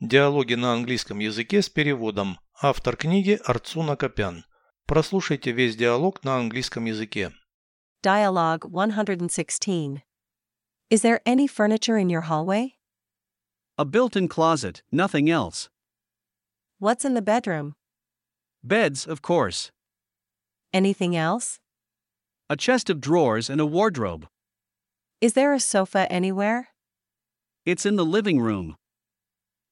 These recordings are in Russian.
Диалоги на английском языке с переводом. Автор книги Арцуна Копян. Прослушайте весь диалог на английском языке. Dialogue 116. Is there any furniture in your hallway? A built in closet, nothing else. What's in the bedroom? Beds, of course. Anything else? A chest of drawers and a wardrobe. Is there a sofa anywhere? It's in the living room.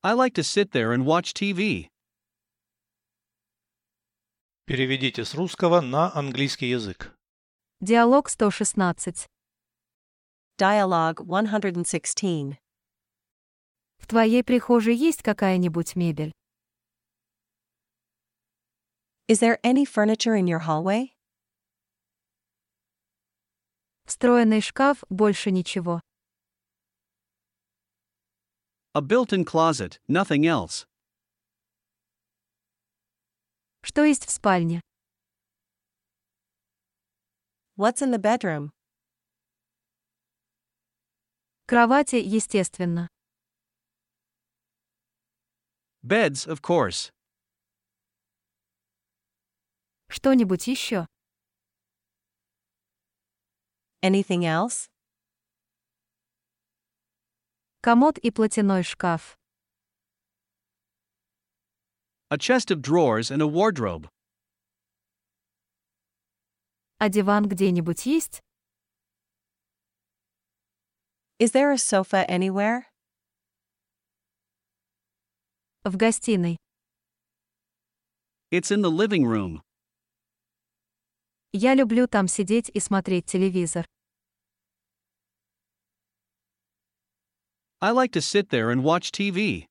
I like to sit there and watch TV. Переведите с русского на английский язык. Диалог 116. Dialogue 116. В твоей прихожей есть какая-нибудь мебель? Is there any furniture in your hallway? Встроенный шкаф, больше ничего. A built in closet, nothing else. Что есть в спальне? What's in the bedroom? Кровати, естественно. Beds, of course. Что-нибудь еще? Anything else? Комод и платяной шкаф. A chest of drawers and a wardrobe. А диван где-нибудь есть? Is there a sofa anywhere? В гостиной. It's in the living room. Я люблю там сидеть и смотреть телевизор. I like to sit there and watch TV.